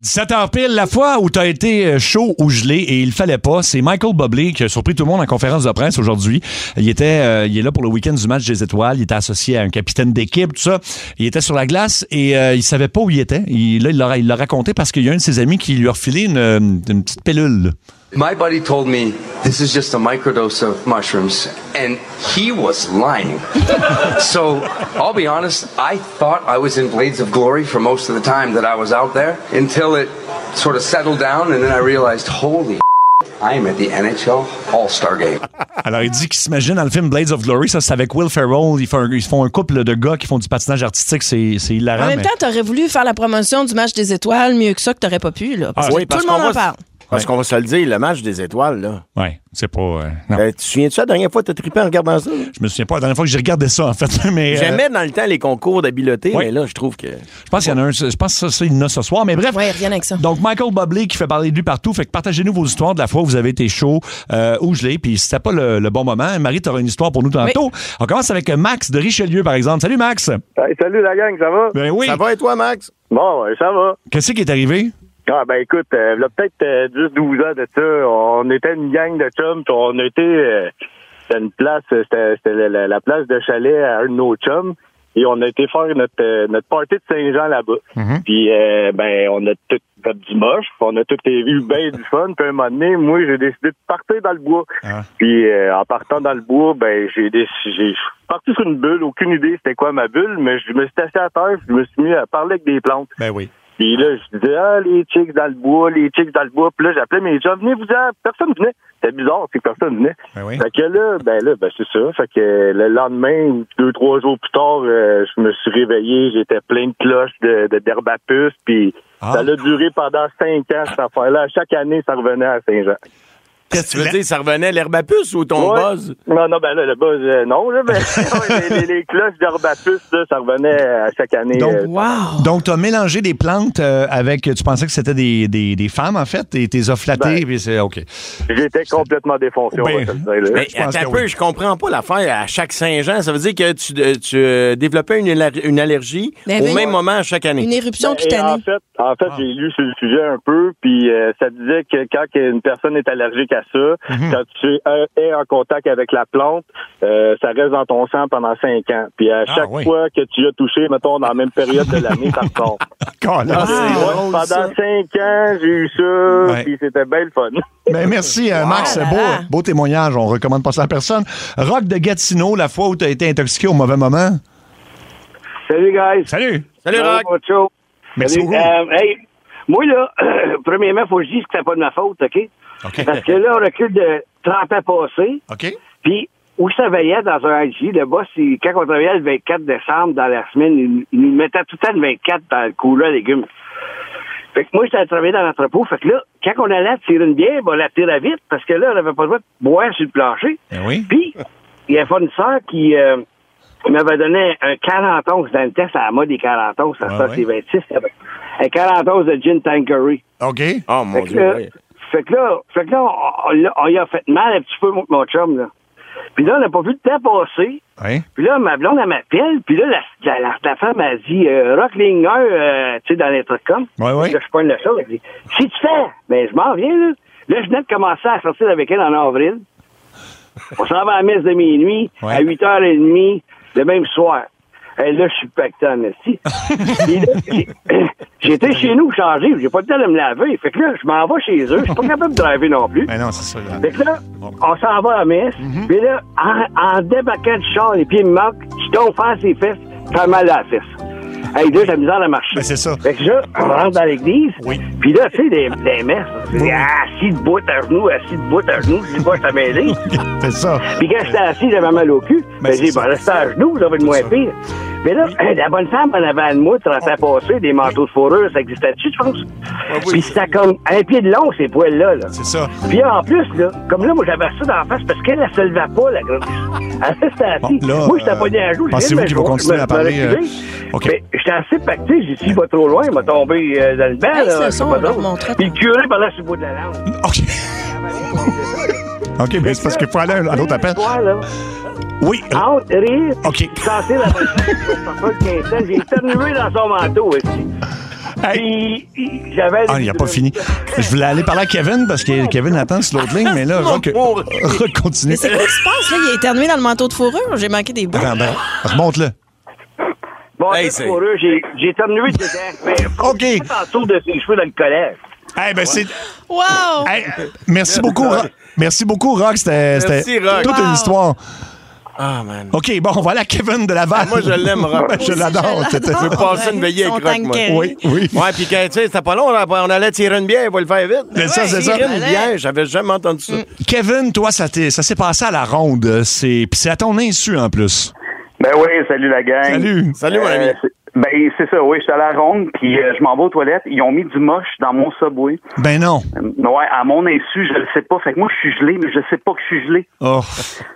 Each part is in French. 17 ans pile, la fois où t'as été euh, chaud ou gelé et il fallait pas, c'est Michael Bublé qui a surpris tout le monde en conférence de presse aujourd'hui. Il était, euh, il est là pour le week-end du match des étoiles. Il était associé à un capitaine d'équipe, tout ça. Il était sur la glace et euh, il savait pas où il était. Il, là, il l'a, il l'a raconté parce qu'il y a un de ses amis qui lui a refilé une, euh, une petite pilule. My buddy told me this is just a microdose of mushrooms, and he was lying. so I'll be honest, I thought I was in Blades of Glory for most of the time that I was out there until it sort of settled down, and then I realized, holy. I am at the NHL All-Star Game. Alors, il dit qu'il s'imagine dans le film Blades of Glory, ça c'est avec Will Ferrell, ils font, ils font un couple de gars qui font du patinage artistique, c'est, c'est hilarant. En même Ah, mais- temps, t'aurais voulu faire la promotion du match des étoiles mieux que ça que t'aurais pas pu, là. Parce Ah, que oui, tout parce le monde qu'on en va- parle. Parce qu'on va se le dire, le match des étoiles, là. Ouais, c'est pas. euh, non. Euh, tu te souviens-tu la dernière fois que t'as trippé en regardant ça? Je me souviens pas la dernière fois que j'ai regardé ça, en fait. Mais, euh, J'aimais dans le temps les concours d'habileté, Oui. mais là, je trouve que. je pense qu'il y en a un. Je pense que ça, ça, il y en a ce soir. Mais bref. Ouais, rien avec ça. Donc, Michael Bublé qui fait parler de lui partout. Fait que partagez-nous vos histoires de la fois où vous avez été chaud euh, ou gelé. Puis si c'était pas le, le bon moment, Marie, t'auras une histoire pour nous tantôt. On commence avec Max de Richelieu, par exemple. Salut, Max. Hey, salut la gang, ça va? Ben oui. Ça va et toi, Max? Bon, ouais, ça va. Qu'est-ce qui est arrivé? Ah ben écoute, euh, là peut-être euh, 10-12 ans de ça, on était une gang de chums, puis on était euh, c'était une place, euh, c'était c'était la- la, la place de chalet à un de nos chums, et on a été faire notre euh, notre party de Saint-Jean là-bas. Mhm. Puis euh, ben on a tout fait du moche, puis on a tout eu bien du fun, puis un moment donné, moi j'ai décidé de partir dans le bois. Ah. Puis euh, en partant dans le bois, ben j'ai déc- j'ai je suis parti sur une bulle, aucune idée c'était quoi ma bulle, mais je me suis assis à terre, puis je me suis mis à parler avec des plantes. Ben oui. Puis là, je disais, ah, les chicks dans le bois, les chicks dans le bois. Puis là, j'appelais mes gens, venez vous en. Personne venait. C'était bizarre, c'est que personne venait. Ben oui. Fait que là, ben là, ben c'est ça. Fait que le lendemain, ou deux, trois jours plus tard, euh, je me suis réveillé, j'étais plein de cloches de, de d'herbe à puce, puis Ah. ça a duré pendant cinq ans, cette affaire-là. À Chaque année, ça revenait à Saint-Jean. Qu'est-ce que tu veux dire? Ça revenait l'herbe à puce ou ton Ouais. buzz? Non, non, ben là, le buzz, euh, non, là, mais ouais, les, les- les cloches d'herbe à puce, là, ça revenait à chaque année. Donc, euh, Wow! Donc, t'as mélangé des plantes euh, avec. Tu pensais que c'était des, des, des femmes, en fait, et t'es flatté, Ben, puis c'est OK. j'étais complètement défoncé, on va Ben, te le dire, là. Mais Je pense attends un que peu, oui. je comprends pas l'affaire à chaque Saint-Jean. Ça veut dire que tu, euh, tu euh, développais une, aller- une allergie Mais au Ben, oui. même moment à chaque année. Une éruption Ben, Et en cutanée. fait, en Ah. fait, j'ai lu sur le sujet un peu, puis euh, ça disait que quand une personne est allergique à ça, Mhm. quand tu es, euh, es en contact avec la plante, euh, ça reste dans ton sang pendant cinq ans. Puis à Ah, chaque oui. fois que tu y as touché, mettons, dans la même période de l'année, ça ressort. Calme. Ah, c'est Ah, Ouais, drôle, pendant ça. cinq ans, j'ai eu ça, Ouais. puis c'était bien le fun. Ben, merci, euh, Ah Max. là beau, là. beau témoignage. On recommande pas ça à personne. Rock de Gatineau, la fois où t'as été intoxiqué au mauvais moment. Salut, guys. Salut. Salut, Rock. Merci Salut. beaucoup. Euh, hey, moi, là, premièrement, faut que je dise que c'était pas de ma faute, OK? OK. Parce que là, on recule de 30 ans passés, OK. puis où je travaillais dans un IG, le boss, il- quand on travaillait le 24 décembre dans la semaine, il, il nous mettait tout le temps le 24 dans le couloir à légumes. Fait que moi, j'étais à travailler dans l'entrepôt. Fait que là, quand on allait tirer une bière, ben, on la tirait vite parce que là, on n'avait pas le droit de boire sur le plancher. Ben oui. Puis, il y a un fournisseur qui euh, m'avait donné un 40 onces dans le test à la mode des 40 onces. Ça Ouais, se ouais. c'est 26. ça fait. Un 40 onces de gin tankery. OK. Oh mon Fait que, Dieu. là, ouais. fait que là, fait que là, on- on, l'a- on y a fait mal un petit peu, mon, mon chum. Là. Puis là, on n'a pas vu le temps passer. Ouais. Puis là, ma blonde, elle m'appelle. Puis là, la, la, la- la femme, elle dit euh, Rocklinger, euh, tu sais, dans l'intercom. Ouais, ouais. Là, je pointe le chose. Elle dit Si tu fais, ben, je m'en viens, là. Là, je venais de commencer à sortir avec elle en avril. On s'en va à la messe de minuit, Ouais. à 8h30, le même soir. Et là, je suis pactant, merci. Puis là, j'ai- J'étais chez nous changer, j'ai pas le temps de me laver. Fait que là, je m'en vais chez eux, je suis pas capable de driver non plus. Ben non, c'est ça. Mhm. là. Fait que là, on s'en va à la messe. Puis là, en, en débarquant du char, les pieds me manquent, je tombe face ses fesses, pas mal à la fesse. Hey, là, j'ai la misère à marcher. Ben, c'est ça. Fait que là, on rentre dans l'église. Oui. Puis là, tu sais, les, les messes, c'est assis de bout à genoux, assis de bout à genoux, je dis pas, je t'ai mêlé. C'est ça. Puis quand j'étais assis, j'avais mal au cul. Ben, Ben, c'est j'ai dit, ça. bon, restez à genoux, ça va être moins pire. Mais là, la bonne femme en avait de moi, 30 ans Ah. passés, des manteaux de fourrure, ça existait-tu, tu penses? Puis ça comme un pied de long, ces poils-là. Là. C'est ça. Puis en plus, là, comme là, moi, j'avais ça dans la face parce qu'elle, elle se levait pas, la grosse. Elle restait assise. Bon, là, moi, j'étais euh, pas bien à jour. pensez-vous qu'il va continuer à parler, euh, OK. Mais j'étais assez pacté. J'ai dit, s'il va trop loin, il va tomber euh, dans le bain. Hey, là, ce c'est son, pas on leur drôle. montrait Puis le curé parlait sur le bout de la langue. OK. OK, mais c'est parce qu'il faut aller à un- à un autre appel. Toi, là, Oui. euh, Entre rire, OK. sentir la bonne chose, j'ai éternué dans son manteau aussi. Puis, il- j'avais. Ah, il a pas fini. Je voulais aller parler à Kevin parce que Kevin attend sur l'autre ligne, mais là, Non, Rock, mon- Rock continue. Mais c'est quoi qui se passe, là? Il est éternué dans le manteau de fourrure. J'ai manqué des bouts. Attends, ben, remonte-le. Bon, Hey, c'est c'est- pour eux, j'ai j'ai terminé dedans. Mais, faut OK. que je fasse en dessous de ses cheveux dans le collège. Eh ben, c'est. Wow! Hey, euh, merci beaucoup, Rock. Merci beaucoup, Rock. C'était Merci, c'était Rock. toute une Wow. histoire. Ah, man. Ah, OK, bon, on va aller à Kevin de Laval. Moi, je l'aime, Rock. Ben, je Aussi, l'adore. je l'adore. Je veux passer une veillée Son avec Rock, moi. tanker. Oui, oui. Ouais, puis quand, tu sais, c'était pas long, on a- on allait tirer une bière, il va le faire vite. C'est ça, Ouais, c'est ça. Tirer une bière, j'avais jamais entendu Mm. ça. Kevin, toi, ça, t'est- ça s'est passé à la ronde. euh, C'est puis c'est à ton insu en plus. Ben oui, salut la gang. Salut. Salut, mon ami. Euh, c'est- ben c'est ça, oui, j'étais à la ronde, puis euh, je m'en vais aux toilettes. Ils ont mis du moche dans mon subway. Ben non. Euh, ouais, à mon insu, je le sais pas. Fait que moi, je suis gelé, mais je sais pas que je suis gelé. Oh.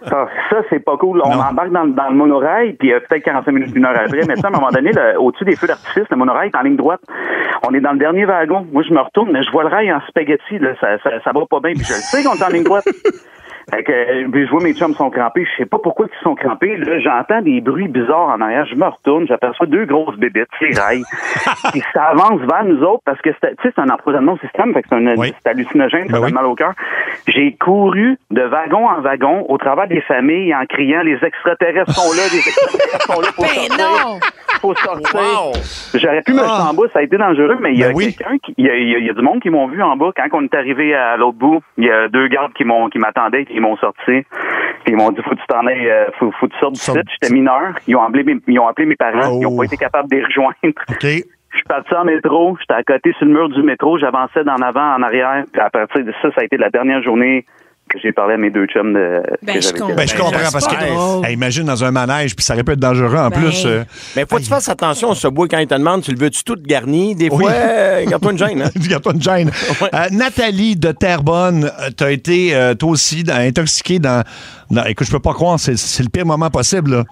Ah, ça, c'est pas cool. On Non. embarque dans, le- dans le monorail, puis euh, peut-être 45 minutes, une heure après. Mais ça, à un moment donné, le- au-dessus des feux d'artifice, le monorail est en ligne droite. On est dans le dernier wagon. Moi, je me retourne, mais je vois le rail en spaghetti. Là, ça, ça, ça va pas bien, puis je le sais qu'on est en ligne droite. Fait que, euh, puis je vois mes chums sont crampés. Je sais pas pourquoi ils sont crampés. Là, j'entends des bruits bizarres en arrière. Je me retourne, j'aperçois deux grosses bébites, c'est rail. Puis ça avance vers nous autres parce que c'était- tu sais, c'est un empoisonnement au système, fait que c'est un- Oui. c'est hallucinogène, ça Ben donne oui. mal au cœur. J'ai couru de wagon en wagon au travers des familles en criant les extraterrestres sont là, les extraterrestres sont là pour Ben sortir. non! Faut sortir. Wow! J'aurais pu me jeter Ah. en bas, ça a été dangereux, mais il y a Ben oui. quelqu'un qui, il y a, il y a- il y a du monde qui m'ont vu en bas quand on est arrivé à l'autre bout. Il y a deux gardes qui m'ont, qui m'attendaient, qui m'ont sorti. Puis ils m'ont dit, faut que tu t'en ailles, euh, faut, faut que tu sortes du Sorte- site. J'étais mineur. Ils ont appelé mes, ils ont appelé mes parents. Ils Oh. ont pas été capables de les rejoindre. OK. Je suis parti en métro, j'étais à côté sur le mur du métro, j'avançais d'en avant en arrière. Puis à partir de ça, ça a été la dernière journée que j'ai parlé à mes deux chums de Ben, que je j'avais- comprends. Ben, je Ben, comprends parce j'espère. que. Hey, imagine dans un manège, puis ça aurait pu être dangereux en Ben. plus. euh, Mais faut que tu fasses attention au subway quand ils te demandent, tu le veux-tu tout garni? Des Oui. fois, euh, garde-toi une gêne, hein? Il n'y a pas de gêne. Ouais. Euh, Nathalie de Terrebonne, euh, t'as été, euh, toi aussi, dans- intoxiquée dans, dans- Écoute, je peux pas croire, c'est, c'est le pire moment possible. là.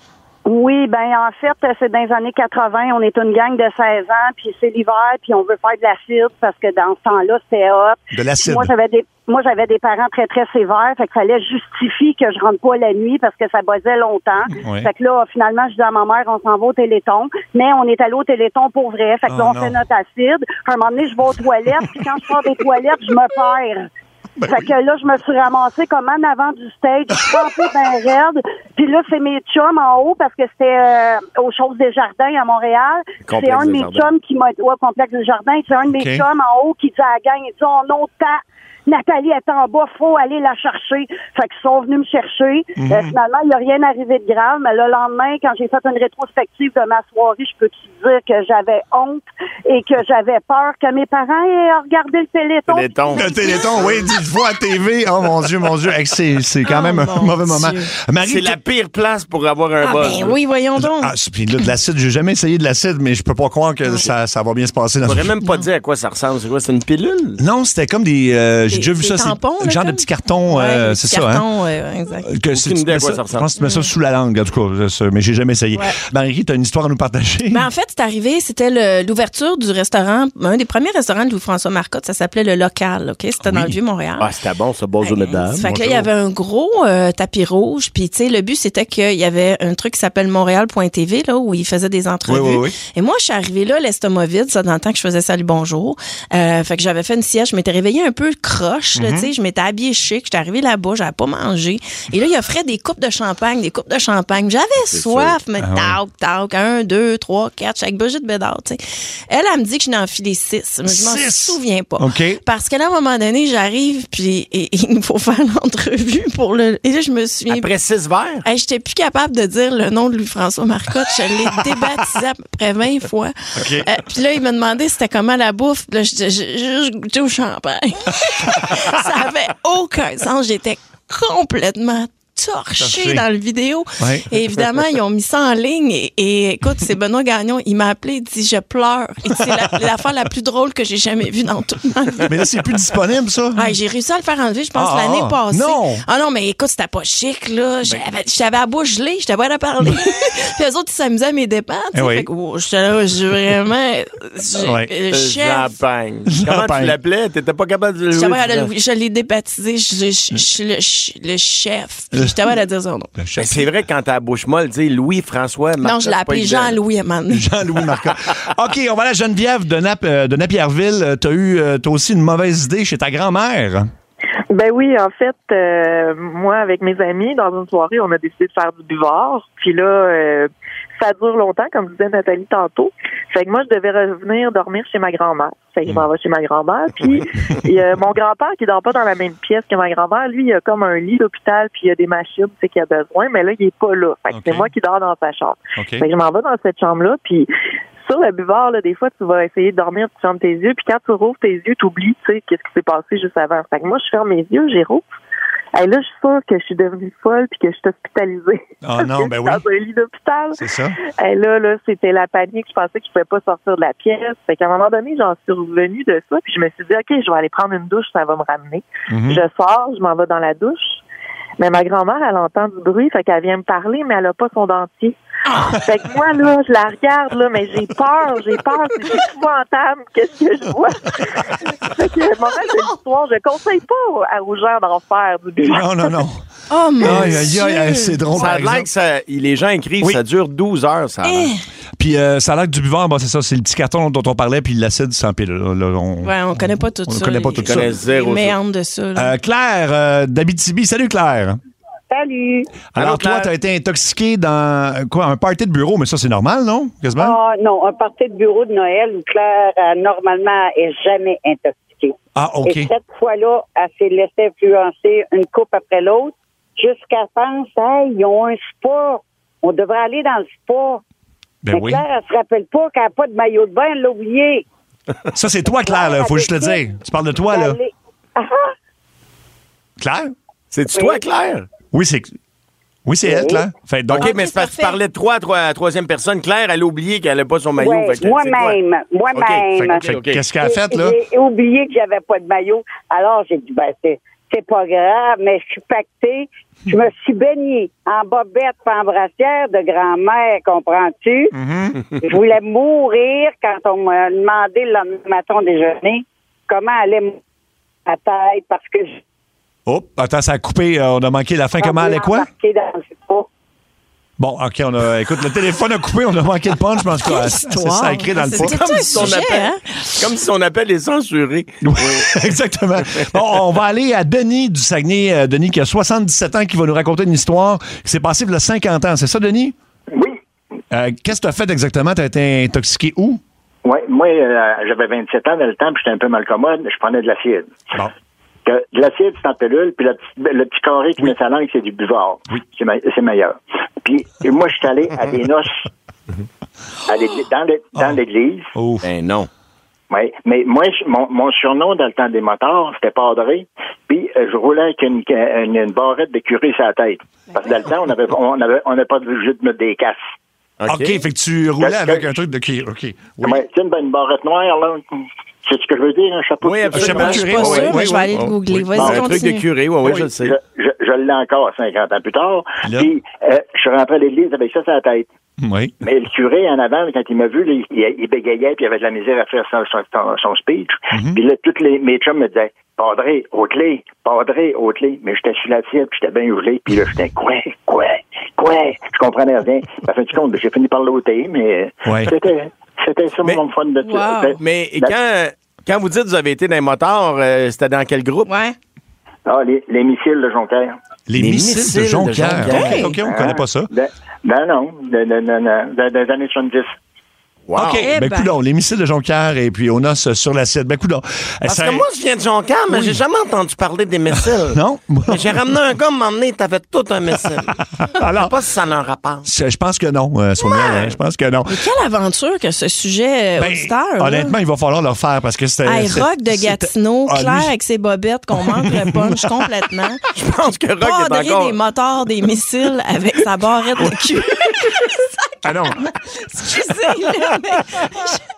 Oui, ben en fait, c'est dans les années 80, on est une gang de 16 ans, puis c'est l'hiver, puis on veut faire de l'acide parce que dans ce temps-là, c'était hot. De l'acide. Moi, j'avais des moi j'avais des parents très très sévères, fait qu'il fallait justifier que je rentre pas la nuit parce que ça buzzait longtemps. Ouais. Fait que là, finalement, je dis à ma mère, on s'en va au Téléthon, mais on est allé au Téléthon pour vrai. Fait que Oh là, on non. fait notre acide. À un moment donné, je vais aux toilettes, puis quand je sors des toilettes, je me perds. fait que là, je me suis ramassée comme en avant du stage, trempée d'un raide. Puis là, c'est mes chums en haut parce que c'était euh, aux choses des jardins à Montréal. C'est Complexe un de mes Desjardins. chums qui m'a dit, ouais, complexe des jardins, c'est un de mes Ok. chums en haut qui dit à la gang, il dit, on a autant. Nathalie est en bas, faut aller la chercher. Fait qu'ils sont venus me chercher. Euh, finalement, il n'y a rien arrivé de grave, mais le lendemain, quand j'ai fait une rétrospective de ma soirée, je peux te dire que j'avais honte et que j'avais peur que mes parents aient regardé le téléthon. Les tons. Le Téléthon, oui, dites-vous à TV. Oh mon Dieu, mon Dieu. Hey, c'est, c'est quand Oh, même un mon mauvais moment. Dieu. Marie, C'est la tu- pire place pour avoir un Ah, boss. ben oui, voyons donc. Ah, c'est- puis là, de l'acide, j'ai jamais essayé de l'acide, mais je peux pas croire que ça, ça va bien se passer dans Je pourrais même pas dire à quoi ça ressemble. C'est quoi? C'est une pilule? Non, c'était comme des. euh, j'ai Des- déjà vu des ça. tampons, c'est là, le genre de comme? petits cartons. Ouais, euh, des c'est petits ça, hein? cartons, ouais, exact. Que c'est- Aucune idée à mais quoi ça- ça Je ressemble. pense que tu mets ça sous la langue, en tout cas, ça, mais j'ai jamais essayé. Ouais. Marie, tu as une histoire à nous partager? Ben, en fait, c'est arrivé, c'était le- l'ouverture du restaurant, un des premiers restaurants de Louis-François Marcotte, ça s'appelait Le Local, OK? C'était dans le Vieux-Montréal. Ah, c'était bon, ça. Bonjour, Ben, mesdames. Fait que là, il y Bonjour. avait un gros euh, tapis rouge. Puis, tu sais, le but, c'était qu'il y avait un truc qui s'appelle Montréal.tv, là, où ils faisaient des entrevues. Oui, oui, oui. Et moi, je suis arrivée là, l'estomac vide, ça, dans le temps que je faisais Salut Bonjour. Euh, fait que j'avais fait une sieste. Je m'étais réveillée un peu croche, Mm-hmm. là, tu sais. Je m'étais habillée chic. J'étais arrivée là-bas, j'avais pas mangé. Et là, il offrait des coupes de champagne, des coupes de champagne. J'avais soif, mais Ah tac, tac, un, deux, trois, quatre, chaque budget de bédard, tu sais. Elle, elle me dit que j'en ai enfilé six. Mais je m'en Six? souviens pas. OK. Parce que là, à un moment donné, j'arrive, puis et- et il me faut faire l'entrevue pour le. Et là, je me suis. Après six verres? J'étais plus capable de dire le nom de Louis-François Marcotte. Je l'ai débaptisé à peu près 20 fois. Euh, puis là, il m'a demandé c'était comment la bouffe. Puis Là, je disais, J'ai juste goûté au champagne. Ça avait aucun sens. J'étais complètement Torché. torchée dans le vidéo. Ouais. Et évidemment, ils ont mis ça en ligne. Et, et écoute, c'est Benoît Gagnon. Il m'a appelé, il dit Je pleure. Et c'est la- l'affaire la plus drôle que j'ai jamais vue dans toute ma vie. Mais là, c'est plus disponible, ça. Ah, j'ai réussi à le faire enlever, je pense, Ah, l'année ah, passée. non. Ben. Ah non, mais écoute, c'était pas chic, là. J'avais j'avais la bouche gelée, j'étais pas à parler. Puis eux autres, ils s'amusaient à mes dépens. tu Eh sais. oui. Fait que, oh, j'étais là, j'ai vraiment. j'ai- Ouais. euh, Euh, chef. Champagne. Comment tu Champagne. l'appelais? T'étais pas capable de j'étais le pas capable de le- Je l'ai débaptisé, je je- je suis le, je suis le chef. Puis Le capable de dire son nom. Le chef. Mais c'est vrai, quand t'as la bouche molle, dis Louis-François. Non, je l'ai appelé Jean-Louis Man. Jean-Louis Marcotte. OK, on va à la Geneviève de, Nap- euh, de Napierville. Euh, T'as eu, euh, t'as aussi une mauvaise idée chez ta grand-mère. Ben oui, en fait, euh, moi, avec mes amis, dans une soirée, on a décidé de faire du buvard. Puis là, euh, ça dure longtemps, comme disait Nathalie tantôt. Fait que moi, je devais revenir dormir chez ma grand-mère. Fait que je m'en vais chez ma grand-mère. Puis il y a mon grand-père, qui dort pas dans la même pièce que ma grand-mère, lui, il a comme un lit d'hôpital, puis il y a des machines, tu sais, qu'il a besoin. Mais là, il est pas là. Fait que Ok. c'est moi qui dors dans sa chambre. OK. Fait que je m'en vais dans cette chambre-là, puis sur le buvard, là, des fois, tu vas essayer de dormir, tu fermes tes yeux, puis quand tu rouvres tes yeux, tu oublies, tu sais, qu'est-ce qui s'est passé juste avant. Fait que moi, je ferme mes yeux, j'y rouvre. Et là, je suis sûre que je suis devenue folle puis que je suis hospitalisée. Ah non, ben oui, Dans un lit d'hôpital. c'est ça. Et Eh, là, là, c'était la panique. Je pensais qu'il pouvait pas sortir de la pièce. Fait qu'à un moment donné, j'en suis revenue de ça. Puis je me suis dit, OK, je vais aller prendre une douche, ça va me ramener. Mhm. Je sors, je m'en vais dans la douche. Mais ma grand-mère, elle entend du bruit, fait qu'elle vient me parler, mais elle a pas son dentier. Ah! Fait que moi, là, je la regarde, là, mais j'ai peur, j'ai peur, c'est épouvantable, qu'est-ce que je vois. fait que, le moment de l'histoire, je conseille pas à- aux gens d'en faire du bruit. Non, non, non. Oh mon Aïe, aïe, aïe, aïe, Dieu. c'est drôle. Ça par a l'air exemple. que ça- les gens écrivent, Oui. ça dure 12 heures, ça a l'air. Eh. Puis euh, ça a l'air que du buvard, bon, c'est ça, c'est le petit carton dont on parlait, puis l'acide sans pile. là, là, on- Ouais, on connaît pas tout On ça. connaît pas les- tout Je connais zéro. les ça. méandres de ça. là. Euh, Claire euh, d'Abitibi. Salut, Claire. Salut. Alors, Allô, toi, Claire. t'as été intoxiqué dans euh, quoi, un party de bureau, mais ça, c'est normal, non? Quasiment? Ah non, un party de bureau de Noël où Claire, euh, normalement, est jamais intoxiquée. Ah, OK. Et cette fois-là, elle s'est laissée influencer une coupe après l'autre jusqu'à pense, hey, ils ont un spa. On devrait aller dans le spa. Ben Mais oui. Claire, elle se rappelle pas qu'elle n'a pas de maillot de bain, elle l'a oublié. Ah. Ça, c'est toi, Claire, là. Faut juste le dire. Tu parles de toi, là. Elle est- Ah, Claire? C'est-tu toi, Claire? Oh. Oui, c'est. Oui, c'est elle, Claire. Fait donc. OK, mais c'est parce que tu parfait. parlais de toi à trois- à la troisième personne. Claire, elle a oublié qu'elle n'a pas son maillot. ouais, fait que c'est toi. moi-même, OK, fait moi-même. que- fait que fait- Qu'est-ce qu'elle a Et- fait, là? J'ai oublié que j'avais pas de maillot. Alors, j'ai dit, ben, c'est, c'est pas grave, mais je suis pactée. Je me suis baignée en bobette pis en brassière de grand-mère, comprends-tu? Ừ je voulais mourir quand on m'a demandé le lendemain matin au déjeuner comment allait m- ma taille parce que je Oh, attends, ça a coupé. euh, on a manqué la fin. Comment elle est quoi? embarquée dans le spa. Bon, OK, on a. Écoute, le téléphone a coupé, on a manqué le punch, je pense que c'est histoire. sacré dans le C'est pot. tout un son sujet, appel- hein? comme si son appel est censuré. Exactement. Bon, on va aller à Denis du Saguenay. Euh, Denis qui a 77 ans, qui va nous raconter une histoire qui s'est passée il y a 50 ans. C'est ça, Denis? Oui. Euh, Qu'est-ce que tu as fait exactement? Tu as été intoxiqué où? Ouais, moi, euh, j'avais 27 ans dans le temps, puis j'étais un peu malcommode. Je prenais de l'acide. Bon. Que de l'acide, c'est en pilule, puis le petit, le petit carré qui met sa langue, c'est du buvard. C'est, me- c'est meilleur. Puis et moi, je suis allé à des noces à l'égl- dans, le- dans Oh. l'église. Oh. Ben non. Ouais. Mais moi, je- mon, mon surnom dans le temps des motards, c'était Padré. Puis euh, je roulais avec une, une, une barrette de curé sur la tête. Parce que dans le temps, on n'avait on avait, on n'a pas obligé de mettre des casses. OK. OK, fait que tu roulais Parce avec que- un truc de qui? OK. Oui. Ouais, tu sais, ben, une bonne barrette noire, là. C'est ce que je veux dire, un chapeau. Oui, de- Je sais absolument. pas, Je suis Oui, pas oui, sûre, mais oui, je vais aller oui. le googler. Ah, Vas-y, un truc de continue. curé, oui, oui, je le sais. Je, je, je l'ai encore 50 ans plus tard. Là. Puis, euh, je suis rentré à l'église avec ça sur la tête. Oui. Mais le curé, en avant, quand il m'a vu, là, il, il bégayait, puis il avait de la misère à faire son, son, son- son speech. Mhm. Puis là, tous les, mes chums me disaient Padré, haute-les, Padré, haute-les. Mais j'étais sur la tire, puis j'étais bien roulé, puis là, j'étais quoi, quoi, quoi. Je comprenais rien. À la fin du compte, j'ai fini par l'ôter, mais Ouais. c'était. C'était ça Mais- mon fun de Wow. de- Ben, Mais la- quand, quand vous dites que vous avez été dans les motards, euh, c'était dans quel groupe? Ouais. Ah, les, les missiles de Jonquière. Les, Les missiles, missiles de de Jonquière. Jonquière. OK, OK, on connaît pas ça. De- non, Ben, non, de- de- de- de- de- des années 70. Wow. OK, Eh ben, ben. coudonc, les missiles de Jonquière et puis on a ce sur l'assiette. Ben, coudonc. Eh, Parce ça- que moi, je viens de Jonquière, mais j'ai jamais entendu parler des missiles. Non? Mais j'ai ramené un gars m'emmener, t'avais tout un missile. Je sais Alors, pas si ça a un rapport. c'est- je pense que non, euh, Sonia, hein, je pense que non. Mais quelle aventure que ce sujet euh, Ben, auditeur. là. honnêtement, il va falloir le refaire parce que c'était. Hey, c'était- Rock de c'était- Gatineau, Ah, lui, Claire avec ses bobettes qu'on manque le punch complètement. Je pense que Rock est Padré encore... des moteurs, des missiles avec sa barrette de cul. Ah non. Excusez-le, mais